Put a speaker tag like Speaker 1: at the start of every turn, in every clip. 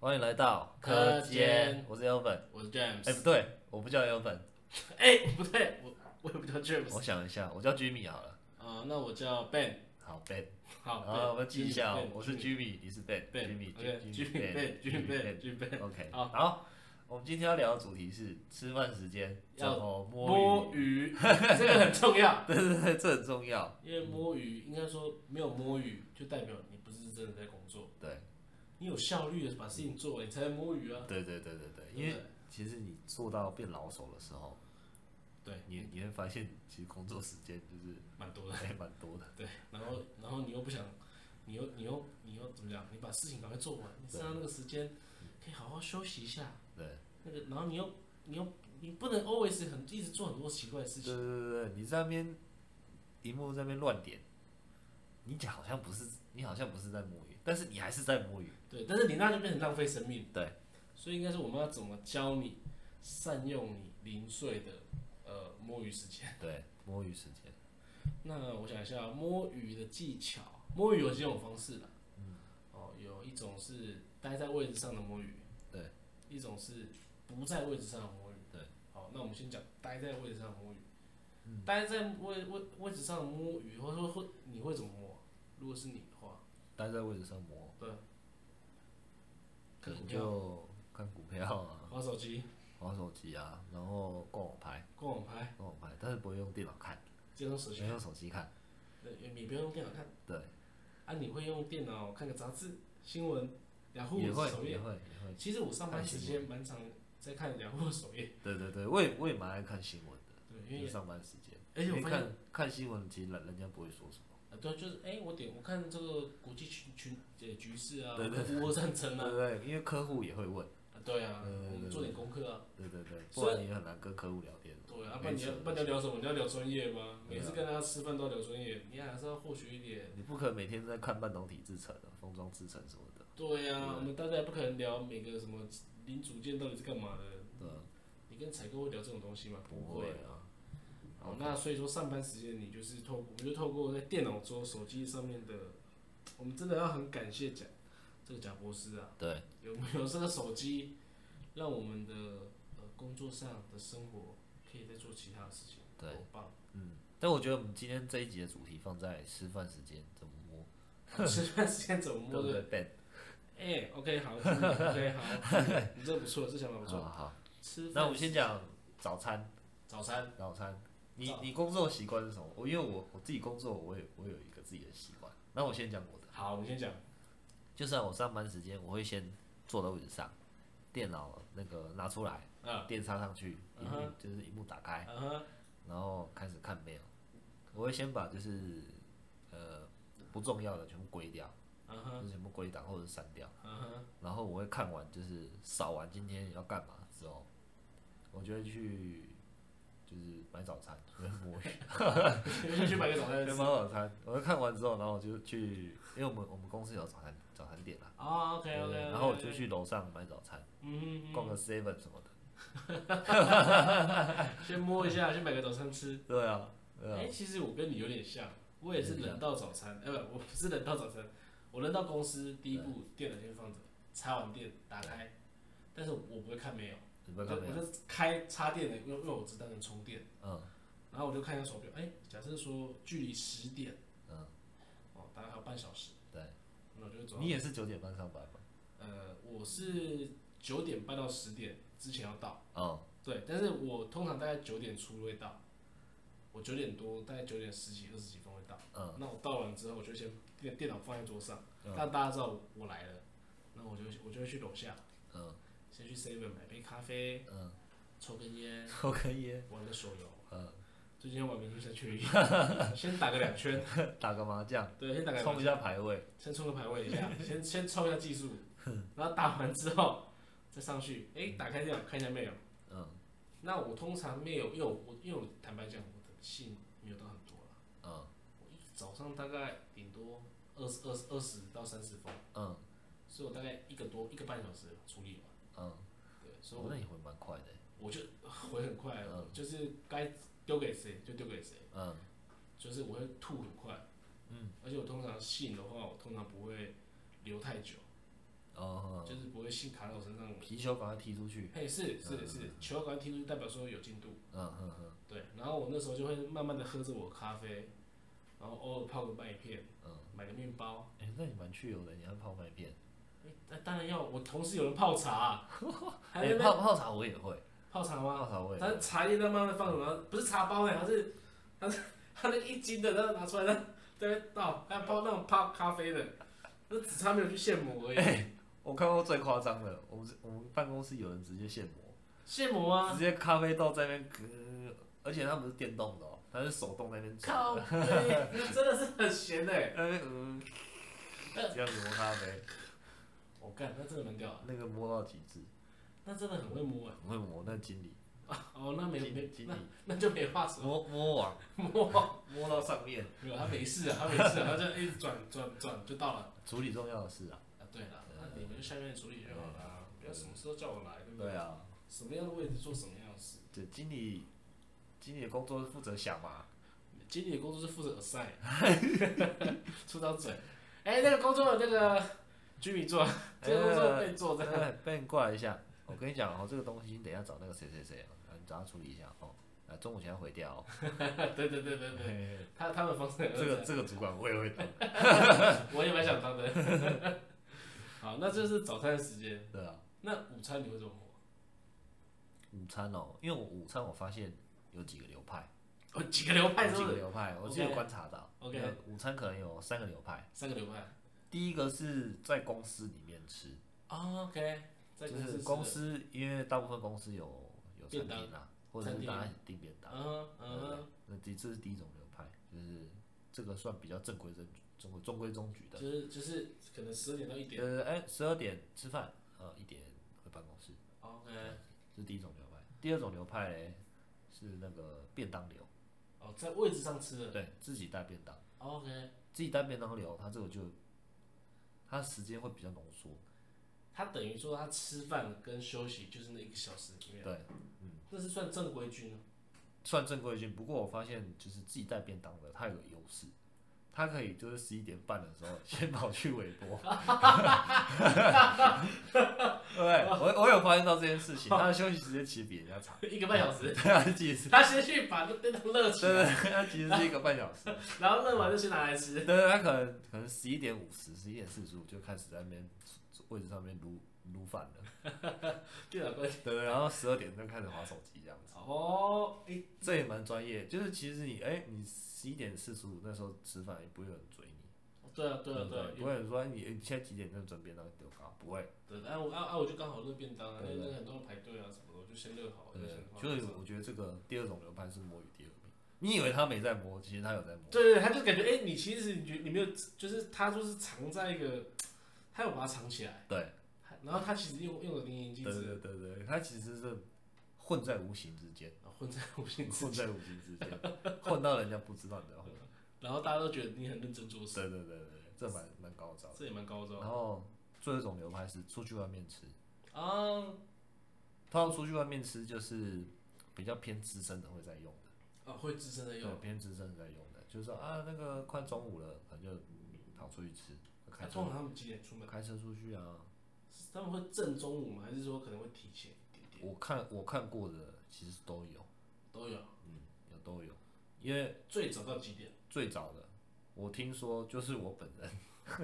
Speaker 1: 欢迎来到
Speaker 2: 课间
Speaker 1: 我是 Elvin。
Speaker 2: 我是
Speaker 1: 哎、
Speaker 2: James，
Speaker 1: 不对，我不叫 Elvin，
Speaker 2: 哎、不 对，我我也不叫
Speaker 1: 我
Speaker 2: James，
Speaker 1: 想一下，我叫 Jimmy 好了。
Speaker 2: 呃，那我叫 Ben，
Speaker 1: 好，Ben。
Speaker 2: 好，
Speaker 1: 好，我们记一下哦
Speaker 2: Ben，，
Speaker 1: 我是 Jimmy，你是 Ben，Jimmy，
Speaker 2: Ben，OK，Jimmy Ben，Jimmy Ben，Jimmy Ben
Speaker 1: OK，
Speaker 2: 好
Speaker 1: 好，我们今天要聊的主题是吃饭时间怎
Speaker 2: 要
Speaker 1: 么摸鱼，
Speaker 2: 摸鱼， 这个很重要，
Speaker 1: 对对对，这很重要。
Speaker 2: 因为摸鱼应该说没有摸鱼，就代表你不是真的在工作，
Speaker 1: 对
Speaker 2: 你有效率的把事情做完，你才能摸鱼啊，
Speaker 1: 对对对对对，因
Speaker 2: 对不
Speaker 1: 为其实你做到变老手的时候，
Speaker 2: 对，对，
Speaker 1: 你你会发现其实工作时间就是
Speaker 2: 蛮多的，
Speaker 1: 还蛮多的。
Speaker 2: 对，然后然后你又不想，你又你又你又怎么讲？你把事情赶快做完，你剩下那个时间可以好好休息一下，
Speaker 1: 对
Speaker 2: 那个，然后你又你又你不能 always 很一直做很多奇怪的事
Speaker 1: 对
Speaker 2: 情，
Speaker 1: 对对对，你在那边荧幕在那边乱点，你讲好像不是，你好像不是在摸鱼，但是你还是在摸鱼。
Speaker 2: 对，但是你那就变成浪费生命，
Speaker 1: 对，
Speaker 2: 所以应该是我们要怎么教你善用你零碎的呃摸鱼时间。
Speaker 1: 对，摸鱼时间。
Speaker 2: 那我想一下，摸鱼的技巧，摸鱼有几种方式啦，
Speaker 1: 嗯
Speaker 2: 哦，有一种是待在位置上的摸鱼，
Speaker 1: 对，
Speaker 2: 一种是不在位置上的摸鱼，
Speaker 1: 对，嗯
Speaker 2: 好，那我们先讲待在位置上的摸鱼，待在位位位置上的摸鱼，或者说会你会怎么摸？如果是你的话，
Speaker 1: 待在位置上摸，
Speaker 2: 对，
Speaker 1: 可
Speaker 2: 可
Speaker 1: 能
Speaker 2: 能
Speaker 1: 就看股票啊，
Speaker 2: 玩手机、
Speaker 1: 玩手机啊，然后逛网拍，
Speaker 2: 逛网拍、
Speaker 1: 逛网拍，但是不会用电脑看，
Speaker 2: 接用手
Speaker 1: 没
Speaker 2: 机，
Speaker 1: 有用手机看。
Speaker 2: 对，你不要用电脑看，
Speaker 1: 对，
Speaker 2: 啊，你会用电脑看个杂志、新闻、雅虎
Speaker 1: 也会
Speaker 2: 首页
Speaker 1: 也。会也会。
Speaker 2: 其实我上班时间蛮常在看两户的首页，
Speaker 1: 对对对，我也我也蛮爱看新闻的，
Speaker 2: 对，因
Speaker 1: 就
Speaker 2: 为
Speaker 1: 是上班时间。
Speaker 2: 而且我
Speaker 1: 因为
Speaker 2: 发现
Speaker 1: 看看新闻，其实人人家不会说什么。
Speaker 2: 啊，对，就是哎、我点我看这个国际群群呃局势啊，
Speaker 1: 对对
Speaker 2: 乌俄战争
Speaker 1: 对
Speaker 2: 啊，
Speaker 1: 对，对因为客户也会问。
Speaker 2: 啊对啊，
Speaker 1: 对对对
Speaker 2: 我们做点功课啊，
Speaker 1: 对对对，不
Speaker 2: 所以
Speaker 1: 然你也很难跟客户聊天。
Speaker 2: 对啊，
Speaker 1: 没
Speaker 2: 不然你要
Speaker 1: 错
Speaker 2: 不然你要聊什么？你要聊专业吗？
Speaker 1: 对啊
Speaker 2: 每次跟大家吃饭都要聊专业，你还是要获取一点。
Speaker 1: 你不可能每天都在看半导体制成的、封装制成什么的，
Speaker 2: 对呀、我们大家也不可能聊每个什么零组件到底是干嘛的，
Speaker 1: 对啊，
Speaker 2: 你跟采购会聊这种东西吗？
Speaker 1: 不
Speaker 2: 呃会
Speaker 1: 会啊。
Speaker 2: 好，那所以说上班时间你就是透，我们就透过在电脑桌、手机上面的，我们真的要很感谢贾这个贾博士啊，
Speaker 1: 对，
Speaker 2: 有没有这个手机，让我们的呃工作上的生活可以再做其他的事情，
Speaker 1: 对
Speaker 2: 好棒！
Speaker 1: 嗯。但我觉得我们今天这一集的主题放在吃饭时间怎么摸，
Speaker 2: 吃饭时间怎么摸
Speaker 1: 对不
Speaker 2: 的？
Speaker 1: 对？Ben，
Speaker 2: 哎、o k 好，OK 好，你这不错，这想法不
Speaker 1: 好
Speaker 2: 错。
Speaker 1: 好。
Speaker 2: 吃饭
Speaker 1: 那我们先讲早餐，
Speaker 2: 早餐，
Speaker 1: 早餐。你
Speaker 2: 早
Speaker 1: 你工作习惯是什么？我因为我我自己工作，我有我有一个自己的习惯。那我先讲我的，
Speaker 2: 好，我们先讲，
Speaker 1: 就是啊我上班时间，我会先坐在位置上，电脑那个拿出来，
Speaker 2: 啊，
Speaker 1: 电插上去，
Speaker 2: 嗯
Speaker 1: 荧
Speaker 2: 哼
Speaker 1: 幕就是荧幕打开，
Speaker 2: 嗯哼，
Speaker 1: 然后开始看 mail，我会先把就是呃不重要的全部归掉，
Speaker 2: 嗯
Speaker 1: 就
Speaker 2: 哼，
Speaker 1: 是全部归档或者删掉。
Speaker 2: 嗯哼，
Speaker 1: 然后我会看完就是扫完今天要干嘛之后，我就会去就是买早餐，我会 摸鱼，
Speaker 2: 先去买个早餐
Speaker 1: 去
Speaker 2: 吃
Speaker 1: 买。早餐。我会看完之后，然后我就去，因为我们我们公司有早餐早餐店啦，
Speaker 2: 啊，OK
Speaker 1: 对
Speaker 2: OK，
Speaker 1: 然后我就去楼上买早餐，
Speaker 2: 嗯，
Speaker 1: 逛个 seven 什么的。
Speaker 2: 先摸一下，先买个早餐吃。
Speaker 1: 对啊， 对啊，
Speaker 2: 哎，其实我跟你有点像，我也是人到早餐，哎不，我不是人到早餐，我人到公司第一步，电脑先放着，插完电打开，但是我不会看没有，
Speaker 1: 你不
Speaker 2: 我
Speaker 1: 要
Speaker 2: 就
Speaker 1: 看 mail？
Speaker 2: 我就开插电的，因为因为我知道能充电，
Speaker 1: 嗯
Speaker 2: 然后我就看一下手表，哎，假设说距离十点，
Speaker 1: 嗯，
Speaker 2: 哦，大概还有半小时，
Speaker 1: 对。
Speaker 2: 那我就会走到
Speaker 1: 你，也是九点半上班吗？
Speaker 2: 呃，我是九点半到十点之前要到。
Speaker 1: 哦，
Speaker 2: 对，但是我通常大概九点出会到，我九点多，大概九点十几、二十几分会到。
Speaker 1: 嗯
Speaker 2: 那我到完之后，我就先电电脑放在桌上，
Speaker 1: 嗯
Speaker 2: 让大家知道我来了。那我就我就会去楼下，
Speaker 1: 嗯
Speaker 2: 先去 Seven 买杯咖啡，
Speaker 1: 嗯，
Speaker 2: 抽根烟，
Speaker 1: 抽根烟，
Speaker 2: 玩个手游。
Speaker 1: 嗯，
Speaker 2: 最近要玩明星三缺 一，先打个两圈，
Speaker 1: 打个麻将，
Speaker 2: 对，先打个两
Speaker 1: 冲一
Speaker 2: 圈，
Speaker 1: 下排位。
Speaker 2: 先冲个排位一下，先先冲一下 技术，然后打完之后再上去，哎、打开电脑看一下 mail，
Speaker 1: 嗯
Speaker 2: 那我通常没有，因为我我因为我坦白讲，我的信没有到很多啦，
Speaker 1: 嗯
Speaker 2: 我一早上大概顶多二十二十二十到三十封，
Speaker 1: 嗯
Speaker 2: 所以我大概一个多一个半小时处理完。
Speaker 1: 嗯，
Speaker 2: 对，所以
Speaker 1: 哦
Speaker 2: 我
Speaker 1: 那你回蛮快的。
Speaker 2: 我就回很快，
Speaker 1: 嗯
Speaker 2: 我就是该丢给谁就丢给谁，
Speaker 1: 嗯
Speaker 2: 就是我会吐很快。嗯，而且我通常信的话，我通常不会留太久，
Speaker 1: 哦，
Speaker 2: 就是不会的信卡在我身上了。
Speaker 1: 皮球赶快踢出去，
Speaker 2: 嘿，是是是，球赶快踢出去，代表说有进度。
Speaker 1: 嗯嗯嗯，
Speaker 2: 对，然后我那时候就会慢慢的喝着我咖啡，然后偶尔泡个麦片，
Speaker 1: 嗯，
Speaker 2: 买个面包。
Speaker 1: 哎、那你蛮去油的，你还泡麦片，
Speaker 2: 诶那当然要我同事有人泡茶， 还
Speaker 1: 哎、
Speaker 2: 在那边
Speaker 1: 泡泡茶我也会，
Speaker 2: 泡茶吗？
Speaker 1: 泡茶我也
Speaker 2: 他
Speaker 1: 会，
Speaker 2: 茶叶在慢慢放什么？不是茶包哎、欸，他是他是他那个一斤的，然后拿出来，然后在那边倒，还泡那种泡咖啡的，那只差没有去现磨而已。
Speaker 1: 我看过最夸张的，我们我们办公室有人直接现磨，
Speaker 2: 现磨啊，
Speaker 1: 直接咖啡豆在那边咯，而且它不是电动的哦，它是手动在那边转，
Speaker 2: 靠背，真的是很闲哎、
Speaker 1: 在
Speaker 2: 欸。
Speaker 1: 那边嗯，这样子磨咖啡，
Speaker 2: 我干，那真的蛮屌啊，
Speaker 1: 那个磨到极致，
Speaker 2: 那真的很会摸哎、
Speaker 1: 很会磨，那经理，
Speaker 2: 哦，那没没
Speaker 1: 经经
Speaker 2: 那
Speaker 1: 理
Speaker 2: 那就没话说，
Speaker 1: 磨磨网，
Speaker 2: 摸
Speaker 1: 摸到上面，
Speaker 2: 没有他没事啊，他没事啊，他就一直转转转就到了。
Speaker 1: 处理重要的事啊，
Speaker 2: 啊，对了，那你们就下面处理就好了啊，不要什么事都叫我来，对不
Speaker 1: 对啊，
Speaker 2: 什么样的位置做什么样的事。
Speaker 1: 这经理经理的工作是负责想嘛，
Speaker 2: 经理的工作是负责 assign，出张嘴。哎、那个工作那个居民做，这个工作被做这样。
Speaker 1: 哎被你挂一下。我跟你讲哦，这个东西你等一下找那个谁谁谁啊，你找他处理一下哦。啊，中午前要回掉哦。
Speaker 2: 对对对对对，他他们方式很
Speaker 1: 这个这个主管我也会当，
Speaker 2: 我也蛮想当的。 好，那这是早餐时间。
Speaker 1: 对啊。
Speaker 2: 那午餐你会怎么活？
Speaker 1: 午餐哦，因为我午餐我发现有几个流派，
Speaker 2: 哦，几个流派
Speaker 1: 有
Speaker 2: 是
Speaker 1: 几
Speaker 2: 不
Speaker 1: 个
Speaker 2: 是？
Speaker 1: 流派，我
Speaker 2: OK
Speaker 1: 记得观察到。
Speaker 2: OK
Speaker 1: 呃午餐可能有三个流派，
Speaker 2: 三个流派。
Speaker 1: 第一个是在公司里面吃，
Speaker 2: 哦、OK，在
Speaker 1: 就
Speaker 2: 公司
Speaker 1: 是
Speaker 2: 吃
Speaker 1: 公
Speaker 2: 的。
Speaker 1: 司，因为大部分公司有有餐
Speaker 2: 便当
Speaker 1: 厅啊，或者是大家一起订便当。
Speaker 2: 嗯哼嗯
Speaker 1: 对
Speaker 2: 哼，
Speaker 1: 那第这是第一种流派，就是这个算比较正规正中规中规中矩的。
Speaker 2: 就是就是可能十二点到一点。
Speaker 1: 呃，哎，十二点吃饭，呃，一点回办公室，
Speaker 2: OK，
Speaker 1: 这是第一种流派。第二种流派嘞是那个便当流，
Speaker 2: 哦，在位置上吃的。
Speaker 1: 对自己带便当，
Speaker 2: OK，
Speaker 1: 自己带便当流，它这个就它时间会比较浓缩，
Speaker 2: 他等于说他吃饭跟休息就是那一个小时里面，
Speaker 1: 对，
Speaker 2: 那是算正规军啊。
Speaker 1: 算正规军。不过我发现就是自己带便当的，它有个优势。它可以就是十一点半的时候 先跑去微波， 对我我有发现到这件事情，他的休息时间其实比人家长，
Speaker 2: 一个半小时。
Speaker 1: 对啊，其实
Speaker 2: 他先去把那电灯热起
Speaker 1: 对对
Speaker 2: 来，
Speaker 1: 对，它其实是一个半小时，
Speaker 2: 然后热完就先拿来吃。
Speaker 1: 对对，他可能可能十一点五十、十一点四十五就开始在那边位置上面撸撸饭了，
Speaker 2: 电脑关。
Speaker 1: 对对，然后十二点就开始划手机这样子，
Speaker 2: 哦，诶，
Speaker 1: 这也蛮专业。就是其实你哎，你十一点四十五那时候吃饭，也不会有人追你，
Speaker 2: 对啊，对啊，
Speaker 1: 不
Speaker 2: 对啊，
Speaker 1: 不会有人说哎你哎你现在几点就准备那个丢高，不会，
Speaker 2: 对，啊我啊啊我就刚好热便当啊，那
Speaker 1: 对对
Speaker 2: 那很多人排队啊什么的，我就先热好，我就
Speaker 1: 对
Speaker 2: 先，放
Speaker 1: 就是
Speaker 2: 着
Speaker 1: 我觉得这个第二种流派是摸鱼第二名，你以为他没在摸，其实他有在摸，
Speaker 2: 对对，对他就感觉诶，你其实你觉你没有，就是他就是藏在一个，他有把它藏起来，
Speaker 1: 对，
Speaker 2: 然后他其实用用了淋漓
Speaker 1: 对
Speaker 2: 尽致，
Speaker 1: 对对对，他其实是混在无形之间。
Speaker 2: 混在无形之
Speaker 1: 混在无形之间，混到人家不知道你在混。
Speaker 2: 然后大家都觉得你很认真做事，
Speaker 1: 对对对对，对这蛮蛮高招的。
Speaker 2: 这也蛮高招
Speaker 1: 然后最后一种流派是出去外面吃，
Speaker 2: 啊。
Speaker 1: 通常出去外面吃就是比较偏资深的会在用的，
Speaker 2: 啊，会自身的
Speaker 1: 对
Speaker 2: 用，，
Speaker 1: 偏资深的在用的，就是说啊那个快中午了，可能就嗯跑出去吃，
Speaker 2: 那
Speaker 1: 开
Speaker 2: 通
Speaker 1: 车
Speaker 2: 常他们几点出门？
Speaker 1: 开车出去啊。
Speaker 2: 是他们会正中午吗？还是说可能会提前一点点？
Speaker 1: 我看我看过的其实都有，
Speaker 2: 都有。
Speaker 1: 嗯，有都有，因为
Speaker 2: 最早到几点？
Speaker 1: 最早的，我听说就是我本人，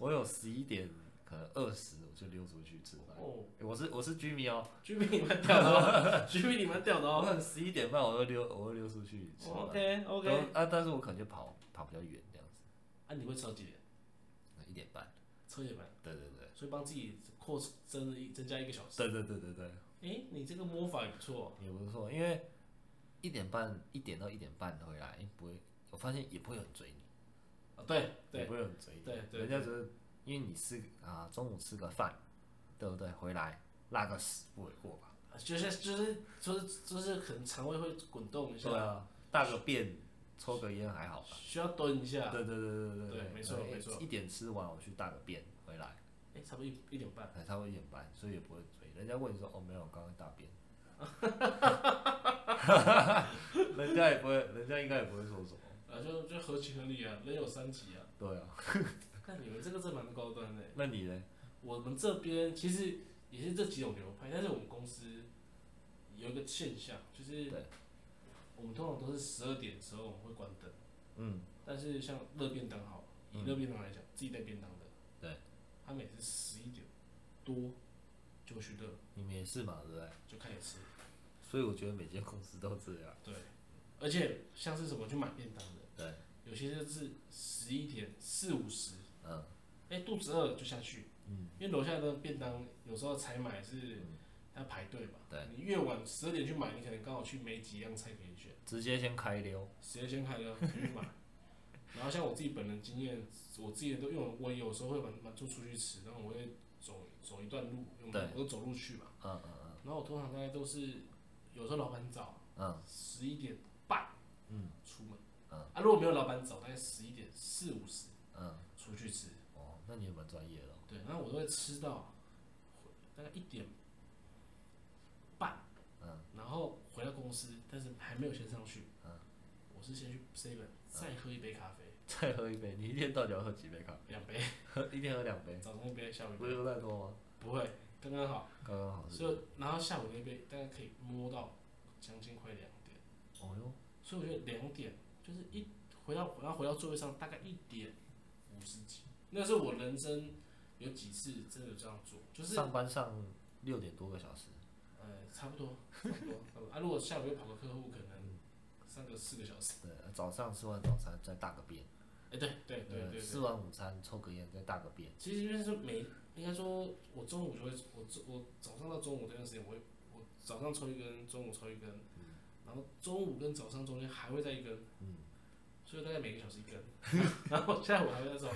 Speaker 1: 我有十一点可能二十我就溜出去吃饭。
Speaker 2: 哦，
Speaker 1: 欸我是我是居民哦，
Speaker 2: 居民你蛮屌的哦， 居民你蛮屌的
Speaker 1: 我
Speaker 2: 哦。
Speaker 1: 可能十一点半我就溜我就溜出去吃饭。
Speaker 2: OK
Speaker 1: 然
Speaker 2: OK，
Speaker 1: 后啊，但是我可能就跑跑比较远这样子，
Speaker 2: 啊，你会超几点？
Speaker 1: 一点半。
Speaker 2: 超几点？
Speaker 1: 对对对，
Speaker 2: 所以帮自己扩增一增加一个小时。
Speaker 1: 对对对对对，
Speaker 2: 诶，你这个摸法也不错。
Speaker 1: 也不错，因为一点半一点到一点半回来，不会，我发现也不会有人追你，
Speaker 2: 啊，对
Speaker 1: 也
Speaker 2: 对
Speaker 1: 不会有人追你，
Speaker 2: 对对
Speaker 1: 人家只是因为你吃个啊中午吃个饭，对不对？回来拉个屎不为过吧？
Speaker 2: 啊就是就是就是就是可能肠胃会滚动一
Speaker 1: 对
Speaker 2: 下，
Speaker 1: 啊，大个便抽个烟还好吧？
Speaker 2: 需要蹲一下。
Speaker 1: 对对对对
Speaker 2: 啊对没错没错
Speaker 1: 一点吃完我去大个便回来。
Speaker 2: 诶，哎差不多一一点半。
Speaker 1: 还差不多一点半，所以也不会追。人家问你说：“哦，没有，刚刚大 便。”人家也不会，人家应该也不会说什么。
Speaker 2: 啊，就就合情合理啊，人有三级啊。
Speaker 1: 对啊，
Speaker 2: 看你们这个真蛮高端的。
Speaker 1: 那你呢？
Speaker 2: 我们这边其实也是这几种流派，但是我们公司有一个现象，就是
Speaker 1: 对
Speaker 2: 我们通常都是十二点之后我们会关灯，
Speaker 1: 嗯，
Speaker 2: 但是像热便当好了，以
Speaker 1: 嗯
Speaker 2: 热便当来讲，自己带便当的，
Speaker 1: 对，
Speaker 2: 他每次十一点多就去热，
Speaker 1: 你们也是嘛，对不对？
Speaker 2: 就开始吃，
Speaker 1: 所以我觉得每间公司都这样。
Speaker 2: 对，而且像是什么去买便当的，
Speaker 1: 对，
Speaker 2: 有些就是十一点四五十，
Speaker 1: 嗯，
Speaker 2: 哎、肚子饿就下去，
Speaker 1: 嗯，
Speaker 2: 因为楼下的便当有时候采买是要排队嘛，
Speaker 1: 对，
Speaker 2: 你越晚十二点去买，你可能刚好去没几样菜可以选，
Speaker 1: 直接先开溜。
Speaker 2: 谁先开的去买。 然后像我自己本人经验，我自己都因为我有时候会蛮蛮就出去吃，然后我会走走一段路，因为我
Speaker 1: 对
Speaker 2: 们我都走路去嘛。
Speaker 1: 嗯嗯
Speaker 2: 然后我通常大概都是有时候老板早，
Speaker 1: 嗯
Speaker 2: 十一点半，
Speaker 1: 嗯，
Speaker 2: 出门，
Speaker 1: 嗯
Speaker 2: 啊，如果没有老板早，大概十一点四五十
Speaker 1: 嗯嗯，
Speaker 2: 出去吃，
Speaker 1: 哦，那你也蛮专业的、哦。
Speaker 2: 对，然后我都会吃到大概一点半，
Speaker 1: 嗯，
Speaker 2: 然后回到公司，但是还没有先上去，
Speaker 1: 嗯，
Speaker 2: 我是先去 seven 再喝一杯咖啡，
Speaker 1: 再喝一杯，你一天到底要喝几杯咖啡？
Speaker 2: 两杯，
Speaker 1: 喝一天喝两嗯杯，
Speaker 2: 早上一杯，下午一
Speaker 1: 不是
Speaker 2: 杯，
Speaker 1: 喝太多吗？
Speaker 2: 不会，刚刚好，
Speaker 1: 刚刚哦好是不
Speaker 2: 所
Speaker 1: 是。
Speaker 2: 以然后下午那杯大概可以摸到将近快两点，
Speaker 1: 哦哟，
Speaker 2: 所以我觉得两点就是一回到然后回到座位上大概一点五十几，那是我人生有几次真的这样做，就是
Speaker 1: 上班上六点多个小时，
Speaker 2: 呃，差不多，差不多，差不多。啊，如 果下午又跑个客户，可能上个四个小时。
Speaker 1: 对，早上吃完早餐再大个便，
Speaker 2: 哎、对对对对
Speaker 1: 吃
Speaker 2: 对。
Speaker 1: 完午餐抽个烟再大个便，
Speaker 2: 其实就是说每，应该说，我中午就会，我中我早上到中午这段时间，我会我早上抽一根，中午抽一根，然后中午跟早上中间还会再一根，
Speaker 1: 嗯，
Speaker 2: 所以大概每个小时一 根， 然后下午还会再抽，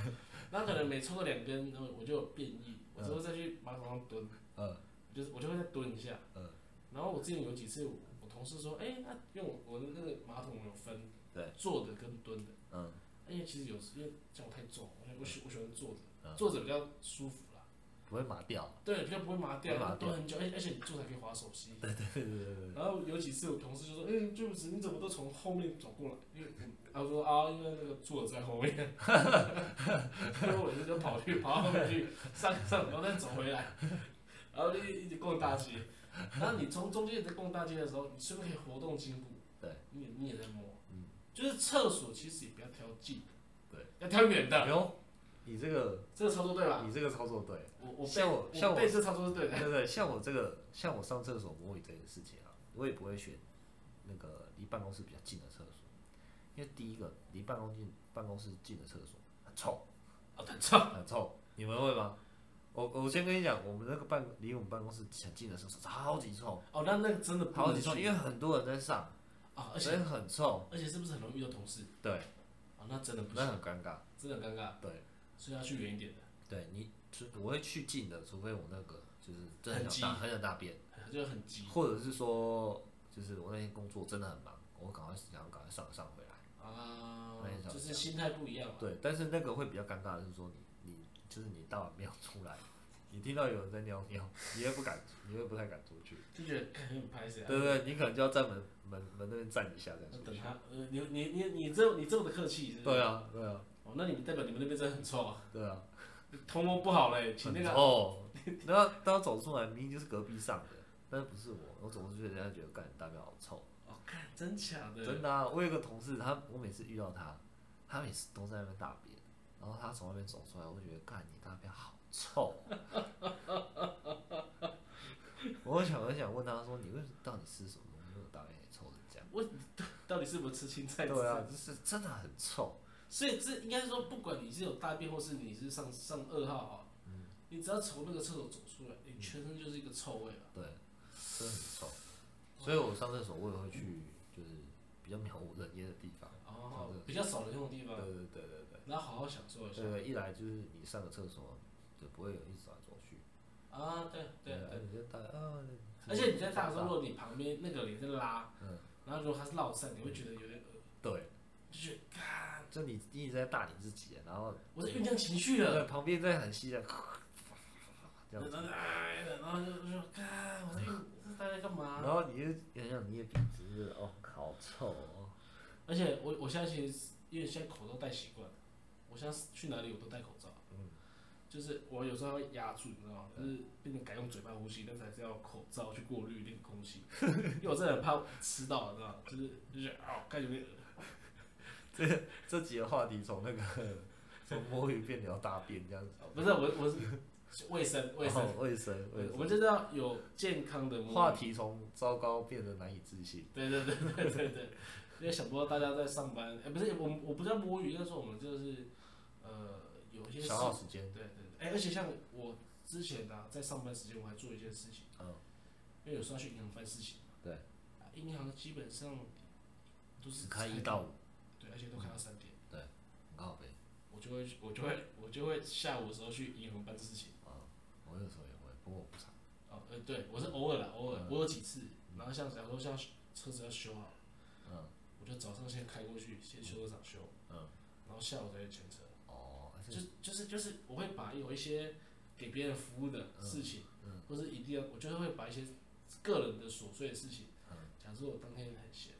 Speaker 2: 然后可能每抽个两根，然后我就有变异，我之后再去马桶上蹲。
Speaker 1: 呃，
Speaker 2: 就是我就会再蹲一下，
Speaker 1: 嗯
Speaker 2: 然后我之前有几次我，我同事说，哎、那因为我我的那个马桶有分，
Speaker 1: 对，
Speaker 2: 坐的跟蹲的，
Speaker 1: 嗯，
Speaker 2: 因为其实有时因为这样我太重，我喜我喜我喜欢坐着，
Speaker 1: 嗯
Speaker 2: 坐着比较舒服啦，
Speaker 1: 不会麻掉。
Speaker 2: 对，比较不会麻掉，
Speaker 1: 不会麻掉
Speaker 2: 蹲很久，而且而且你坐着还可以划手机，
Speaker 1: 对对对 对，
Speaker 2: 然后有几次我同事就说，哎、就是你怎么都从后面走过来，因为他说啊，因为那个坐着在 后面，所以我就就跑去跑到后面去上上，然后再走回来，然后就一直逛大街。然后你从中间在逛大街的时候，你是不是可以活动筋骨？
Speaker 1: 对，
Speaker 2: 你也你也在摸，
Speaker 1: 嗯，
Speaker 2: 就是厕所其实也不要挑近的，
Speaker 1: 对，
Speaker 2: 要挑远的，
Speaker 1: 哟，哎你这个
Speaker 2: 这个操作对吧？
Speaker 1: 你这个操作对，
Speaker 2: 我我背
Speaker 1: 像我像我
Speaker 2: 背这操作是对的，
Speaker 1: 对对，像我这个像我上厕所摸鱼这件事情啊，我也不会选那个离办公室比较近的厕所，因为第一个离办公近办公室近的厕所很臭。
Speaker 2: 哦，很臭，
Speaker 1: 很臭，你们会吗？我我先跟你讲，我们那个办离我们办公室很近的厕所超级臭，
Speaker 2: 哦，那那个真的不
Speaker 1: 超
Speaker 2: 能
Speaker 1: 级
Speaker 2: 去
Speaker 1: 臭，因为很多人在上，
Speaker 2: 啊，而
Speaker 1: 所以
Speaker 2: 且
Speaker 1: 很臭，
Speaker 2: 而且是不是很容易遇到同事？
Speaker 1: 对，
Speaker 2: 啊，那真的不行
Speaker 1: 那。很尴尬。
Speaker 2: 真的很尴尬，
Speaker 1: 对，
Speaker 2: 所以要去远一点的，
Speaker 1: 对你，除我会去近的，除非我那个就是真
Speaker 2: 很
Speaker 1: 的
Speaker 2: 急
Speaker 1: 想大很想大便，
Speaker 2: 就很急
Speaker 1: 或者是说就是我那天工作真的很忙，我赶快想要赶快上上回来。
Speaker 2: 啊
Speaker 1: 那也，是
Speaker 2: 就是心态不一样嘛。
Speaker 1: 对，但是那个会比较尴尬的是说你你就是你大完尿出来，你听到有人在尿尿，你也不敢，你也不太敢出去。
Speaker 2: 就觉得干很拍谁啊？
Speaker 1: 对对，你可能就要在门门门那边站一下再
Speaker 2: 那
Speaker 1: 出
Speaker 2: 等
Speaker 1: 去。
Speaker 2: 他，呃，你你你你这你这么的客气，是不是
Speaker 1: 对啊，对啊，
Speaker 2: 哦，那你们代表你们那边真的很臭啊，
Speaker 1: 对啊。
Speaker 2: 头毛不好嘞，请那个
Speaker 1: 哦，然后当走出来，明明就是隔壁上的，但是不是我，我总是觉得人家觉得干大便好臭。
Speaker 2: 哦，看真假的，
Speaker 1: 真的啊，我有一个同事，他我每次遇到他，他每次都在那边大便，然后他从外面走出来，我就觉得干你大便好 臭。我想我想问他说，你为什么到底吃什么东西，我大便也臭成这样？
Speaker 2: 到底是不是吃青菜？
Speaker 1: 对啊，，就是真的很臭。
Speaker 2: 所以这应该说，不管你是有大便，或是你是上上二号啊，
Speaker 1: 嗯
Speaker 2: 你只要从那个厕所走出来，你全身就是一个臭味了。
Speaker 1: 对，真的很臭。所以我上厕所我也会去，就是比较渺无人烟的地方。
Speaker 2: 哦，比较少人用的地
Speaker 1: 对
Speaker 2: 方，
Speaker 1: 对对对对。
Speaker 2: 然后好好享受一下
Speaker 1: 对对，一来就是你上个厕所，就不会有人一直走来走去。
Speaker 2: 啊，对对对
Speaker 1: 啊。，你就大啊。
Speaker 2: 而且你在大的时候，如果你旁边那个人在拉，
Speaker 1: 嗯
Speaker 2: 然后如果他是落散，你会觉得有点恶，
Speaker 1: 对，
Speaker 2: 就觉得嘎，
Speaker 1: 就你一直在大你自己，啊然后
Speaker 2: 我在酝酿情绪了，
Speaker 1: 对旁边在很细的，这
Speaker 2: 然
Speaker 1: 样
Speaker 2: 后
Speaker 1: 子，
Speaker 2: 哎，然后就就说嘎，我在酝大家干嘛？
Speaker 1: 然后你就很想捏鼻子，就是哦，好臭哦。
Speaker 2: 而且我我现在其实因为现在口罩戴习惯了，我现在去哪里我都戴口罩，
Speaker 1: 嗯
Speaker 2: 就是我有时候会压住，你知道吗？就是变成改用嘴巴呼吸，但是还是要口罩去过滤那个空气，因为我真的很怕吃到，你知道吗？就是就是啊，感觉有点恶
Speaker 1: 这集的话题从那个从摸鱼变聊大便这样子，
Speaker 2: 呃哦不是我我是卫生卫生，
Speaker 1: 哦卫生，卫
Speaker 2: 我
Speaker 1: 生。
Speaker 2: 们就是要有健康的
Speaker 1: 话
Speaker 2: 题。
Speaker 1: 题从糟糕变得难以置信，
Speaker 2: 对对对对对对，因为想不到大家在上班，哎、不是我们我不是要摸鱼，但是我们就是呃有一些事
Speaker 1: 消耗时间
Speaker 2: 对，对对，哎、而且像我之前啊，在上班时间我还做一件事情，
Speaker 1: 嗯，
Speaker 2: 因为有时候要去银行办事情，
Speaker 1: 对
Speaker 2: 啊，银行基本上都是
Speaker 1: 只开一
Speaker 2: 三
Speaker 1: 到五，嗯啊
Speaker 2: 对，而且都开到三点，嗯
Speaker 1: 很靠背。
Speaker 2: 我就会我就会我就会下午的时候去银行办事情，
Speaker 1: 啊，我有时候也会，不过我不常。
Speaker 2: 哦，呃，对我是偶尔啦，偶尔
Speaker 1: 嗯
Speaker 2: 我有几次，然后像假如说像车子要修好，
Speaker 1: 嗯，
Speaker 2: 我就早上先开过去，先修车厂修，
Speaker 1: 嗯，
Speaker 2: 然后下午再去全车。
Speaker 1: 哦，还
Speaker 2: 就是就是就是我会把有一些给别人服务的事情，
Speaker 1: 嗯
Speaker 2: 或是一定要，我就是会把一些个人的琐碎的事情，
Speaker 1: 嗯
Speaker 2: 假如说我当天很闲，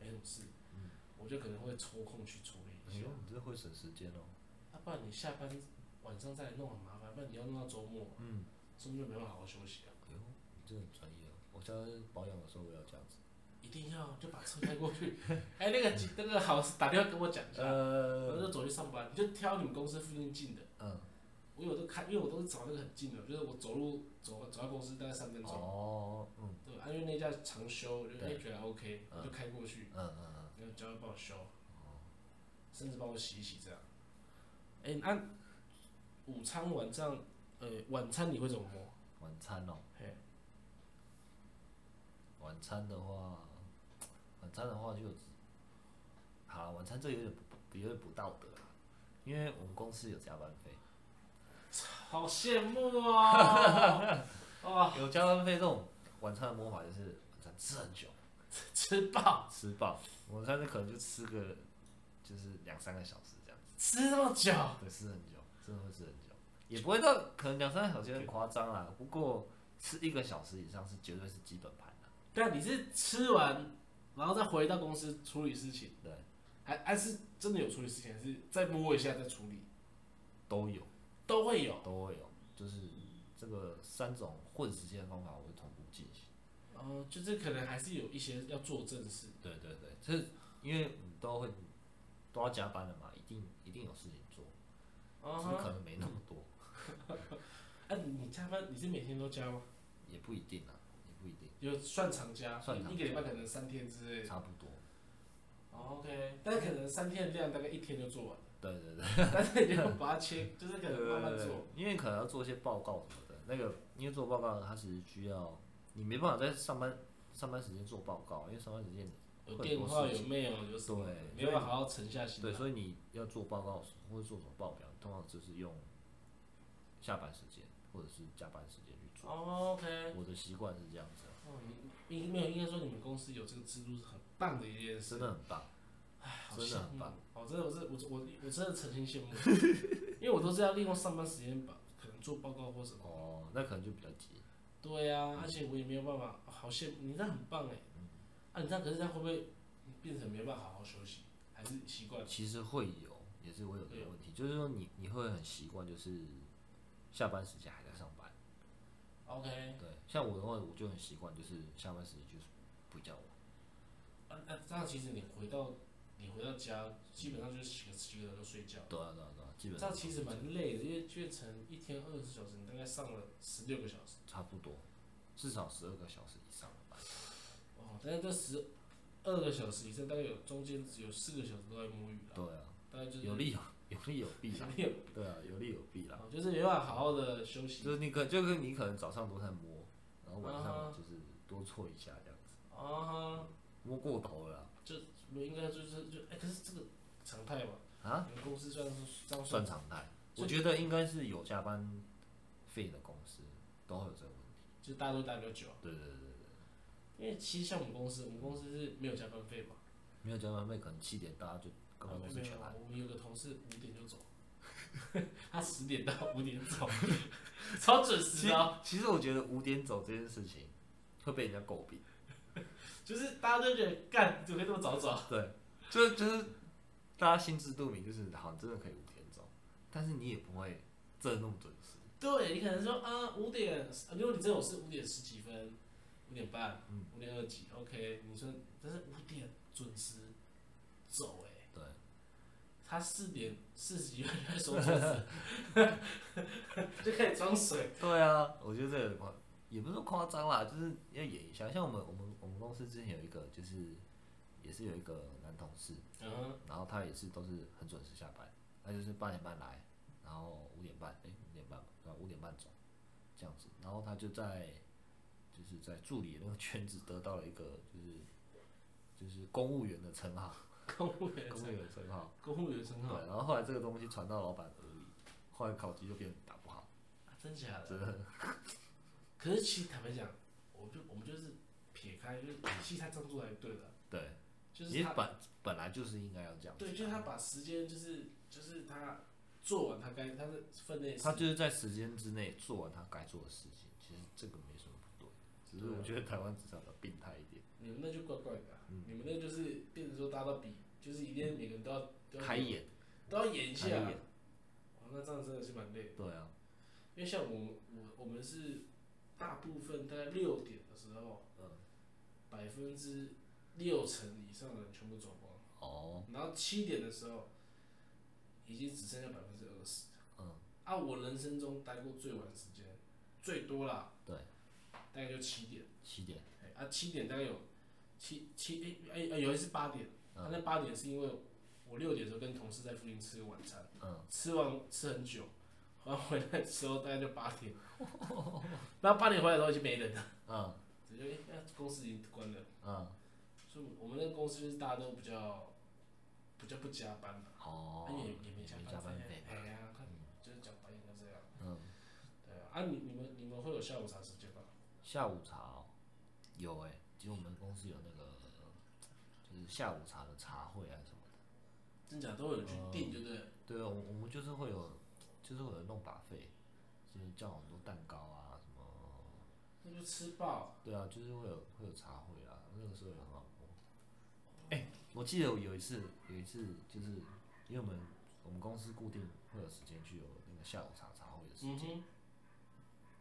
Speaker 2: 没什么事，
Speaker 1: 嗯
Speaker 2: 我就可能会抽空去处理
Speaker 1: 哎
Speaker 2: 一下
Speaker 1: 呦，。你这会省时间哦。
Speaker 2: 啊，不然你下班晚上再来弄很麻烦，不然你要弄到周末，
Speaker 1: 嗯，
Speaker 2: 周末就没办法好好休息啊。
Speaker 1: 哎呦，你真的很专业哦。我家保养的时候我也要这样子。
Speaker 2: 一定要就把车开过去， 哎、那个那个好打电话跟我讲一下，我
Speaker 1: 呃，
Speaker 2: 就走去上班，你就挑你们公司附近近的。
Speaker 1: 嗯，
Speaker 2: 我有都开，因为我都是找那个很近的，就是我走路走走到公司大概三分钟，
Speaker 1: 哦，嗯
Speaker 2: 对，啊，因为那家常修，我就哎
Speaker 1: 对
Speaker 2: 觉得还 OK，
Speaker 1: 嗯
Speaker 2: 我就开过去，
Speaker 1: 嗯嗯哦嗯，
Speaker 2: 然后叫他帮我修，甚至帮我洗一洗这样。哎，那午餐晚上，呃，晚餐你会怎么摸？
Speaker 1: 晚餐哦，
Speaker 2: 嘿，
Speaker 1: 晚餐的话，晚餐的话就有，好了，晚餐这有点不有点不道德啊，因为我们公司有加班费，
Speaker 2: 好羡慕哦！ 哇，
Speaker 1: 有加班费这种晚餐的魔法就是晚餐吃很久，
Speaker 2: 吃饱，
Speaker 1: 吃饱，晚餐可能就吃个就是两三个小时这样。
Speaker 2: 吃那么久，
Speaker 1: 对，吃很久，真的会吃很久，也不会到可能两三个小时有点夸张啦。不过吃一个小时以上是绝对是基本盘啦。
Speaker 2: 对啊，你是吃完，然后再回到公司处理事情，
Speaker 1: 对，
Speaker 2: 还还是真的有处理事情，还是再摸一下再处理，
Speaker 1: 都有，
Speaker 2: 都会有。
Speaker 1: 都会有，就是这个三种混时间的方法，我会同步进行。
Speaker 2: 哦，就是可能还是有一些要做正事，
Speaker 1: 对对对，就是因为你都会都要加班了嘛，一定一定有事情做，只是
Speaker 2: 哦，
Speaker 1: 可能没那么多，
Speaker 2: 哎、你加班你是每天都加吗？
Speaker 1: 也不一定啊，也不一定，
Speaker 2: 有算长加，
Speaker 1: 算长加
Speaker 2: 一个礼拜可能三天之类的。
Speaker 1: 差不多。
Speaker 2: 哦，OK，但可能三天的量大概一天就做完了，
Speaker 1: 对对对，
Speaker 2: 但是你就把它切，就是可能慢慢
Speaker 1: 对
Speaker 2: 做。，
Speaker 1: 因为可能要做一些报告什么的。那个因为做报告，它其实需要你没办法在上班上班时间做报告，因为上班时间
Speaker 2: 有
Speaker 1: 会
Speaker 2: 电
Speaker 1: 多
Speaker 2: 话，
Speaker 1: 事
Speaker 2: 有 mail，有什么的，
Speaker 1: 对
Speaker 2: 没办法好好沉下心
Speaker 1: 对，
Speaker 2: 来。
Speaker 1: 所以你要做报告或者做什么报表，通常就是用下班时间或者是加班时间去做。
Speaker 2: 哦，OK，
Speaker 1: 我的习惯是这样子啊，
Speaker 2: 哦，你应没有，应该说你们公司有这个制度是很棒的一件事
Speaker 1: 啊真，的很棒。
Speaker 2: 哎，好
Speaker 1: 真
Speaker 2: 羡
Speaker 1: 的很
Speaker 2: 慕
Speaker 1: 棒。
Speaker 2: 哦，真的，我是我我我真的诚心羡慕， 因为我都是要利用上班时间把可能做报告或什么。
Speaker 1: 哦，那可能就比较急。
Speaker 2: 对呀、
Speaker 1: 嗯
Speaker 2: 而且我也没有办法，好羡慕你这样很棒哎、啊，你这样可是这样会不会变成没办法好好休息，还是习惯？
Speaker 1: 其实会有，也是会有这个问题，就是说你你会很习惯，就是下班时间还在上班。
Speaker 2: OK，
Speaker 1: 对，像我的话，我就很习惯，就是下班时间就是不叫我。
Speaker 2: 啊那、这样其实你回到你回到家，基本上就是洗个洗个澡就睡觉，
Speaker 1: 对啊，对啊，对啊，基本
Speaker 2: 这
Speaker 1: 上
Speaker 2: 样其实蛮累的，因为卷成一天二十小时，你大概上了十六个小时，
Speaker 1: 差不多，至少十二个小时以上了吧。
Speaker 2: 哦，但是这十二个小时以上，大概有中间只有四个小时都在摸鱼了，
Speaker 1: 对啊，
Speaker 2: 大概就是
Speaker 1: 有利有有利有弊啦。
Speaker 2: 有
Speaker 1: 对啊，有利有弊啦。
Speaker 2: 哦就是没办法好好的休息。
Speaker 1: 就是你可就是你可能早上都在摸，然后晚
Speaker 2: 啊
Speaker 1: 上就是多搓一下这样子，
Speaker 2: 啊，
Speaker 1: 摸过头了
Speaker 2: 就应该就是就哎、可是这个常态嘛。
Speaker 1: 啦啊，
Speaker 2: 你们公司算哦是这样算
Speaker 1: 算常态。
Speaker 2: 所
Speaker 1: 我
Speaker 2: 以
Speaker 1: 觉得应该是有加班费的公司都会有这个问题。
Speaker 2: 就大家都待比较久啊、
Speaker 1: 对对对对对，
Speaker 2: 因为其实像我们公司，我们公司是没有加班费嘛，
Speaker 1: 没有加班费可能七点大家就根
Speaker 2: 啊
Speaker 1: 本
Speaker 2: 没
Speaker 1: 都是
Speaker 2: 有
Speaker 1: 全
Speaker 2: 啊
Speaker 1: 班。
Speaker 2: 我们有个同事五点就走， 他十点到五点走， 超准时
Speaker 1: 其
Speaker 2: 的
Speaker 1: 实
Speaker 2: 哦、
Speaker 1: 其实我觉得五点走这件事情会被人家诟病。
Speaker 2: 就是大家都觉得干怎么会这么早走？
Speaker 1: 对，就就是大家心知肚明，就是好，你真的可以五天走，但是你也不会真的那么准时？
Speaker 2: 对你可能说啊五点，如果你真的我是五点十几分、五点半
Speaker 1: 嗯、
Speaker 2: 五点二几，OK，你说但是五点准时走哎、
Speaker 1: 对，
Speaker 2: 他四点四十几分就在收桌子， 就开始装水。
Speaker 1: 对啊，我觉得这个有点夸，也不是说夸张啦，就是要演一下。像我们我们我们公司之前有一个，就是也是有一个男同事，
Speaker 2: 嗯，
Speaker 1: 然后他也是都是很准时下班，他就是八点半来，然后五点半，哎、五点半吧，对吧？五点半走，这样子。然后他就在就是在助理的那个圈子得到了一个就是就是公务员的称号，
Speaker 2: 公务员
Speaker 1: 公务
Speaker 2: 称，
Speaker 1: 员的称号。
Speaker 2: 公务员称
Speaker 1: 对
Speaker 2: 号，，
Speaker 1: 然后后来这个东西传到老板耳里，后来考级就变得打不好，
Speaker 2: 啊真假的？
Speaker 1: 真的。
Speaker 2: 可是其实坦白讲，我就我们就是撇开，就是其实他这样做还对的，
Speaker 1: 对，
Speaker 2: 就
Speaker 1: 其
Speaker 2: 是
Speaker 1: 实
Speaker 2: 他
Speaker 1: 本本来就是应该要这样子。
Speaker 2: 对，就是他把时间就是就是他做完他该他的分内事
Speaker 1: 他，就是在时间之内做完他该做的事情，其实这个没什么不对，只是
Speaker 2: 对啊
Speaker 1: 我觉得台湾职场比较病态一点，
Speaker 2: 你们那就怪怪的啊、
Speaker 1: 嗯
Speaker 2: 你们那就是变成说大家都比，就是一定每个人都要都要
Speaker 1: 开眼，
Speaker 2: 都要演一下
Speaker 1: 开
Speaker 2: 啊
Speaker 1: 眼，，
Speaker 2: 哇，那这样真的是蛮累的。
Speaker 1: 对啊，
Speaker 2: 因为像我们我我们是大部分大概六点的时候，
Speaker 1: 嗯，
Speaker 2: 百分之六成以上的人全部走光，
Speaker 1: 哦，
Speaker 2: 然后七点的时候已经只剩下百分之二十。
Speaker 1: 嗯，
Speaker 2: 啊，我人生中待过最晚时间最多啦，
Speaker 1: 对，
Speaker 2: 大概就七点。
Speaker 1: 七点，
Speaker 2: 哎，啊，七点大概有七七哎哎哎，有一次八点，
Speaker 1: 嗯
Speaker 2: 啊、那八点是因为我六点的时候跟同事在附近吃个晚餐，
Speaker 1: 嗯，
Speaker 2: 吃完吃很久，然后回来的时候大概就八 点，然后八点回来的时候已经没人了，
Speaker 1: 嗯，
Speaker 2: 直接哎，那公司已经关了，
Speaker 1: 嗯，
Speaker 2: 所以我们那个公司就是大家都比较比较不加班嘛，啊
Speaker 1: 哦，
Speaker 2: 也也没加
Speaker 1: 没加班
Speaker 2: 费
Speaker 1: 费，，
Speaker 2: 哎呀，看就是讲白点就这样，
Speaker 1: 嗯，
Speaker 2: 对啊，啊你你们你们会有下午茶时间吗？
Speaker 1: 下午茶哦有哎，其实我们公司有那个就是下午茶的茶会啊什么的，
Speaker 2: 真假都有去订，对不对了？
Speaker 1: 对啊，我我们就是会有就是会有弄把费，就是叫很多蛋糕啊什么。
Speaker 2: 那就吃爆，
Speaker 1: 对啊，就是会有会有茶会啊，那个时候也很好播。哎、我记得我有一次，有一次就是因为我们我们公司固定会有时间去有那个下午茶茶会的时
Speaker 2: 嗯
Speaker 1: 间，
Speaker 2: 哼，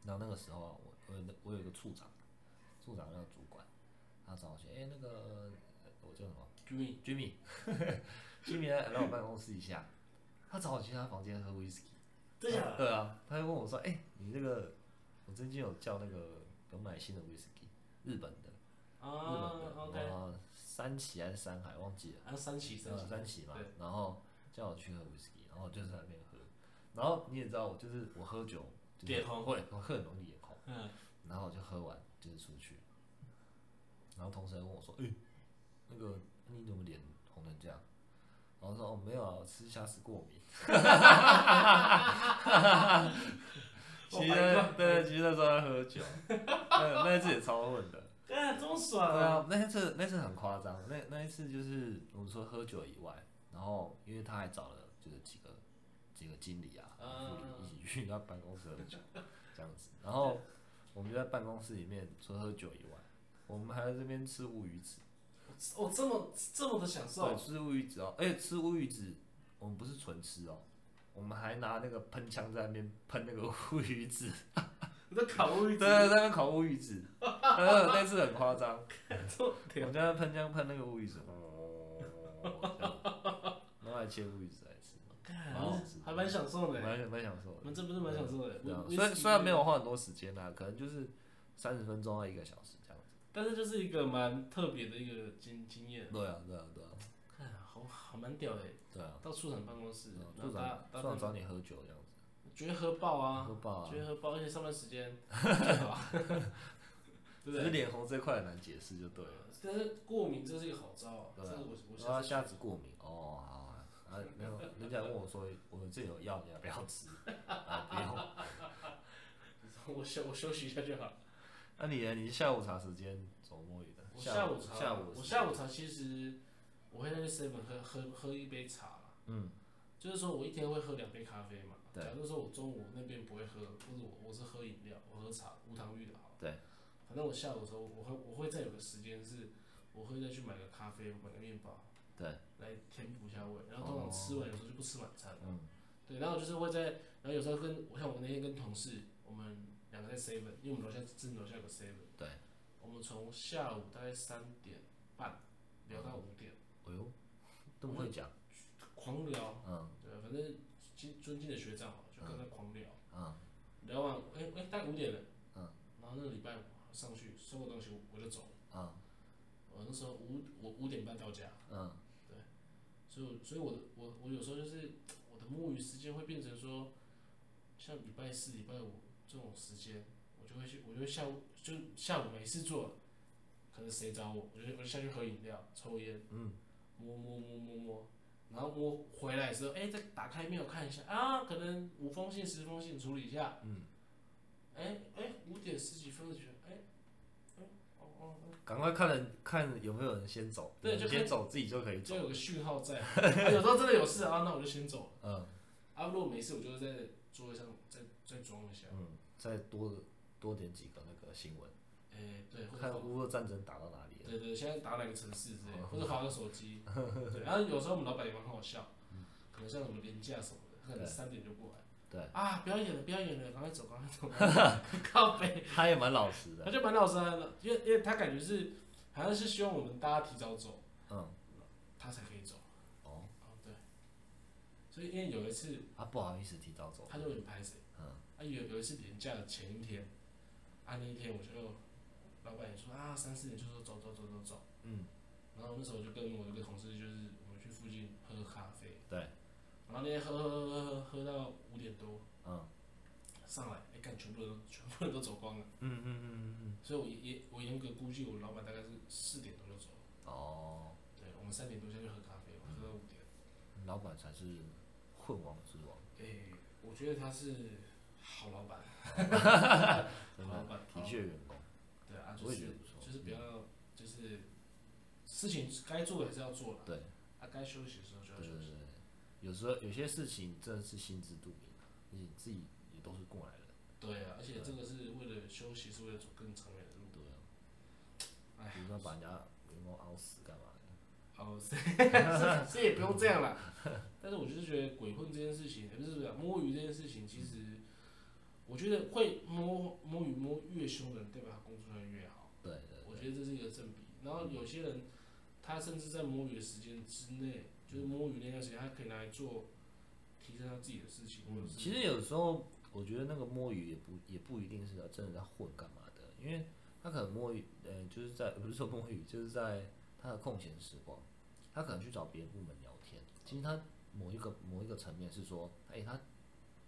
Speaker 1: 然后那个时候啊，我我有那我有一个处长，处长那个主管，他找我去，哎、那个呃我叫什么
Speaker 2: 救命，
Speaker 1: Jimmy，Jimmy 来来我办公室一下，他找我去他房间喝 whisky。
Speaker 2: 真假的？
Speaker 1: 对啊，他就问我说：“哎、你这个，我最近有叫那个有买新的威士忌，日本的，日
Speaker 2: 啊
Speaker 1: 本的，
Speaker 2: ，OK，
Speaker 1: 然后三崎还是山海，忘记了，
Speaker 2: 啊，三喜三喜
Speaker 1: 三崎嘛
Speaker 2: 对。
Speaker 1: 然后叫我去喝威士忌，然后我就在那边喝。然后你也知道，我就是我喝酒，就是
Speaker 2: 脸红
Speaker 1: 会，我喝很容易眼红。
Speaker 2: 嗯，
Speaker 1: 然后我就喝完就是出去，然后同事还问我说：“哎、那个你怎么脸红成这样？”然后我说：“哦，没有啊，我吃虾子过 敏。”其实
Speaker 2: Oh my
Speaker 1: 那
Speaker 2: god
Speaker 1: 对，其实那时候在喝酒， 那那一次也超混的。
Speaker 2: 干，这么
Speaker 1: 对
Speaker 2: 爽啊！
Speaker 1: 啊，那一次那一次很夸张，那那一次就是我说喝酒以外，然后因为他还找了就是几个几个经理啊、副理一起去他办公室喝酒，这样子。然后我们就在办公室里面除了喝酒以外，我们还在这边吃乌鱼子，
Speaker 2: 我哦这么这么的享
Speaker 1: 对，
Speaker 2: 受，
Speaker 1: 吃乌鱼子哦，而且吃乌鱼子我们不是纯吃哦，我们还拿那个喷枪在那边喷那个乌鱼子，
Speaker 2: 你在烤乌 鱼
Speaker 1: 对，啊
Speaker 2: 子，
Speaker 1: 在那边烤乌鱼子，呃，那次很夸张。
Speaker 2: 这么
Speaker 1: 我们家喷枪喷那个乌鱼子，哦，这样 然后还切乌鱼子来吃，
Speaker 2: 干
Speaker 1: 蛮好吃的
Speaker 2: 还蛮享受的欸，
Speaker 1: 蛮蛮享受
Speaker 2: 我
Speaker 1: 的
Speaker 2: 们这不是蛮享受的。
Speaker 1: 对啊
Speaker 2: 我
Speaker 1: 虽然虽然没，有花很多时间啦，可能就是三十分钟到一个小时这样子。
Speaker 2: 但是就是一个蛮特别的一个经经验。
Speaker 1: 对啊，对啊，对啊，
Speaker 2: 看，好好蛮屌的欸，
Speaker 1: 对啊。
Speaker 2: 到处长办公室，然
Speaker 1: 处
Speaker 2: 后大
Speaker 1: 长
Speaker 2: 家，
Speaker 1: 处
Speaker 2: 大
Speaker 1: 长
Speaker 2: 家
Speaker 1: 找你喝酒这样子，
Speaker 2: 绝对喝爆啊，
Speaker 1: 喝爆啊
Speaker 2: 绝！对喝爆，而且上班 时间最好啊，对
Speaker 1: 只
Speaker 2: 不
Speaker 1: 是
Speaker 2: 对？
Speaker 1: 脸红这块很难解释，就对了。
Speaker 2: 但是过敏这是一个好招啊，这
Speaker 1: 对啊
Speaker 2: 个我我
Speaker 1: 然后他虾
Speaker 2: 下次
Speaker 1: 子过敏，哦，好啊，啊，没有，人家问我说我们这有药，你要不要吃？ 啊，不用。
Speaker 2: 我休我休息一下就好。
Speaker 1: 那你呢？你下午茶时间怎么摸鱼的？
Speaker 2: 我下午茶，
Speaker 1: 下午，
Speaker 2: 我下
Speaker 1: 午，
Speaker 2: 午茶其实我会在那 seven 喝喝喝一杯茶啦，
Speaker 1: 嗯，
Speaker 2: 就是说我一天会喝两杯咖啡嘛。
Speaker 1: 对
Speaker 2: 假如说我中午那边不会喝，或者我我是喝饮料，我喝茶无糖绿的好了。
Speaker 1: 对。
Speaker 2: 反正我下午的时候，我会我会再有个时间是，我会再去买个咖啡，买个面包
Speaker 1: 对，
Speaker 2: 来填补一下胃。然后通常吃完有时候就不吃晚餐了。
Speaker 1: 哦嗯。
Speaker 2: 对，然后我就是会在然后有时候跟我像我那天跟同事，我们两个在 seven，因为我们楼下真的楼下有个 seven，
Speaker 1: 对，
Speaker 2: 我们从下午大概三点半聊到五点，
Speaker 1: 哎呦，这么会讲，
Speaker 2: 狂聊，
Speaker 1: 嗯
Speaker 2: 对，啊反正尊尊敬的学长好了就跟他狂聊，
Speaker 1: 嗯，
Speaker 2: 聊完哎哎大概五点了，
Speaker 1: 嗯，
Speaker 2: 然后那个礼拜五啊上去收个东西我就走了，
Speaker 1: 嗯
Speaker 2: 我那时候五我五点半到家，
Speaker 1: 嗯，
Speaker 2: 所以我所以我的我我有时候就是我的摸鱼时间会变成说，像礼拜四、礼拜五这种时间，我就会去，我就会下午就下午没事做了，可能谁找我，我就我就下去喝饮料、抽烟，
Speaker 1: 嗯，
Speaker 2: 摸摸摸摸摸，然后摸回来的时候，哎、再打开 mail 看一下啊，可能五封信、十封信处理一下，
Speaker 1: 嗯，
Speaker 2: 哎哎五点十几分就觉得哎，哎哦哦，哦
Speaker 1: 赶快看人看有没有人先走，
Speaker 2: 对
Speaker 1: 有人
Speaker 2: 就
Speaker 1: 先
Speaker 2: 看
Speaker 1: 走自己就可以走，
Speaker 2: 就有个讯号 在，啊有时候真的有事啊，那我就先走了。
Speaker 1: 嗯
Speaker 2: 啊，如果没事，我就在座位上再再装一下。
Speaker 1: 嗯，再多多点几个那个新闻，
Speaker 2: 哎、对，或
Speaker 1: 看
Speaker 2: 者
Speaker 1: 乌俄战争打到哪里了，
Speaker 2: 对对，现在打哪个城市之类 的，
Speaker 1: 哦
Speaker 2: 或者划个手机。对，然后有时候我们老板也蛮好笑，可能像什么廉价什么的，可能
Speaker 1: 嗯对
Speaker 2: 三点就过来。
Speaker 1: 对，
Speaker 2: 啊，不要演了，不要演了，赶快走，赶快 走，赶快走 靠北。
Speaker 1: 他也蛮老实的，
Speaker 2: 他就蛮老实的，因为因为他感觉是好像是希望我们大家提早走，
Speaker 1: 嗯，
Speaker 2: 他才可以走。
Speaker 1: 哦，
Speaker 2: 哦，对。所以因为有一次
Speaker 1: 他不好意思提早走，
Speaker 2: 他就很拍谁，
Speaker 1: 嗯
Speaker 2: 啊有有一次连假的前一天，啊那一天我就老板也说啊三四点就说走走走走走，
Speaker 1: 嗯，
Speaker 2: 然后那时候我就跟我一个同事就是我们去附近喝个咖啡，
Speaker 1: 对，
Speaker 2: 然后那天喝喝喝喝喝到五点多
Speaker 1: 嗯
Speaker 2: 上来，哎、看全部人都全部人都走光了，
Speaker 1: 嗯嗯嗯嗯，
Speaker 2: 所以我也我严格估计我老板大概是四点多就走了，
Speaker 1: 哦，
Speaker 2: 对我们三点多下去喝咖啡，我喝到五点，
Speaker 1: 老板才是混王之王，
Speaker 2: 哎、我觉得他是好老板，
Speaker 1: 真
Speaker 2: 好老板
Speaker 1: 的，体恤员工，
Speaker 2: 对啊，哦就
Speaker 1: 我也
Speaker 2: 是
Speaker 1: 觉得不错，嗯
Speaker 2: 就是不要，就是事情该做的还是要做了，
Speaker 1: 对
Speaker 2: 啊，该休息的时候就要
Speaker 1: 对
Speaker 2: 休
Speaker 1: 对
Speaker 2: 息
Speaker 1: 对。，有时候有些事情真的是心知肚明，而且你自己也都是过来人，
Speaker 2: 对啊，而且这个是为了休息，是为了走更长远的路。
Speaker 1: 对啊，嗯
Speaker 2: 哎，
Speaker 1: 比如说把人家员工熬死干嘛的，
Speaker 2: 哦，是 是是也不用这样啦。但是我就是觉得鬼混这件事情，哎不是不是摸鱼这件事情，其实
Speaker 1: 嗯
Speaker 2: 我觉得会摸摸鱼摸越凶的人，代表他工作量越好。
Speaker 1: 对对
Speaker 2: 我觉得这是一个正比。然后有些人，他甚至在摸鱼的时间之内，就是摸鱼那段时间，他可以拿来做提升他自己的事情，或者
Speaker 1: 嗯，
Speaker 2: 是
Speaker 1: 其实有时候我觉得那个摸鱼也不也不一定是要真的在混干嘛的，因为他可能摸鱼，呃，就是在不是说摸鱼，就是在他的空闲时光，他可能去找别的部门聊天。其实他某一个某一个层面是说，哎、他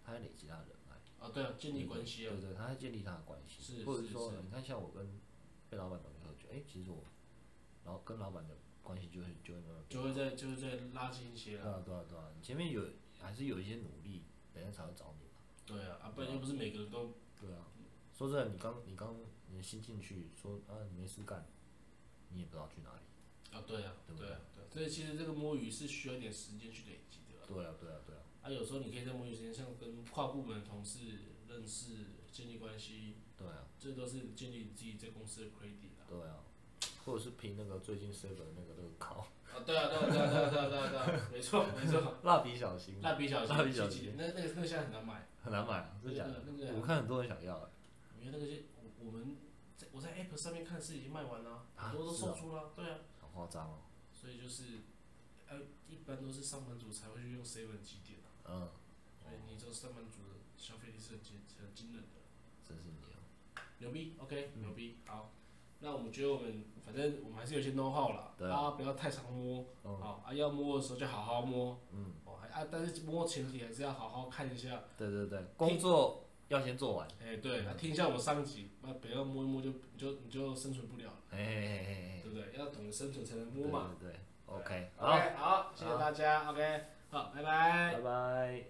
Speaker 1: 他在累积他的人脉，
Speaker 2: 啊，对啊，建立关系啊
Speaker 1: 对，对，他在建立他的关
Speaker 2: 是
Speaker 1: 系，或者
Speaker 2: 是
Speaker 1: 说
Speaker 2: 是
Speaker 1: 你看像我跟被老板同学喝酒，哎、其实我，然后跟老板的关系就会就会慢慢变
Speaker 2: 就会在就会在拉近一些
Speaker 1: 对
Speaker 2: 了。
Speaker 1: 啊对啊对啊，你前面有还是有一些努力，人家才会找你嘛。
Speaker 2: 对啊，啊，不然又不是每个人都
Speaker 1: 对啊，说真的，你刚你刚你新进去说啊你没事干，你也不知道去哪里。
Speaker 2: 啊，对啊，
Speaker 1: 对不
Speaker 2: 对
Speaker 1: 对
Speaker 2: 啊，对啊。所以其实这个摸鱼是需要一点时间去累积的啦。
Speaker 1: 对啊，对啊，对啊，
Speaker 2: 啊，有时候你可以在摸鱼时间，像跟跨部门的同事认识、建立关系，
Speaker 1: 对啊，
Speaker 2: 这都是建立自己在公司的 credit 啦。
Speaker 1: 对啊，或者是凭那个最近 seven 的那个乐高
Speaker 2: 啊，对啊，对啊，对啊，对啊，对啊，对啊，对啊，没错，没错。
Speaker 1: 蜡笔小新，
Speaker 2: 蜡笔小新，
Speaker 1: 蜡笔小
Speaker 2: 七
Speaker 1: 新
Speaker 2: 七那那个那个现在很难买，
Speaker 1: 很难买啊，真的假的
Speaker 2: 那个那个？
Speaker 1: 我看很多人想要欸，
Speaker 2: 因为那个就我我们在我在 App 上面看是已经卖完了，
Speaker 1: 啊
Speaker 2: 很多都
Speaker 1: 是啊
Speaker 2: 售出了，对啊，
Speaker 1: 好夸张哦。
Speaker 2: 所以就是，呃，一般都是上班族才会去用 Seven 几点啊，
Speaker 1: 嗯，
Speaker 2: 所以你这上班族的消费力是很惊很惊人的，
Speaker 1: 真是你哦。
Speaker 2: 牛逼，OK，
Speaker 1: 嗯
Speaker 2: 牛逼，好，那我们觉得我们反正我们还是有一些 know how 啦，
Speaker 1: 对啊
Speaker 2: 啊，不要太常摸，
Speaker 1: 嗯
Speaker 2: 好啊，要摸的时候就好好摸，
Speaker 1: 嗯，
Speaker 2: 哦，还啊，但是摸前提还是要好好看一下，
Speaker 1: 对对对，工作要先做完。
Speaker 2: 哎、对，
Speaker 1: 嗯
Speaker 2: 啊听一下我们上集，那不要摸一摸就你就你就生存不了了，
Speaker 1: 嘿嘿嘿嘿嘿，
Speaker 2: 对不对？要懂得生存才能摸
Speaker 1: 对
Speaker 2: 嘛。
Speaker 1: 对对，OK，好，
Speaker 2: OK，好，谢谢大家，OK，好，拜拜
Speaker 1: 拜拜。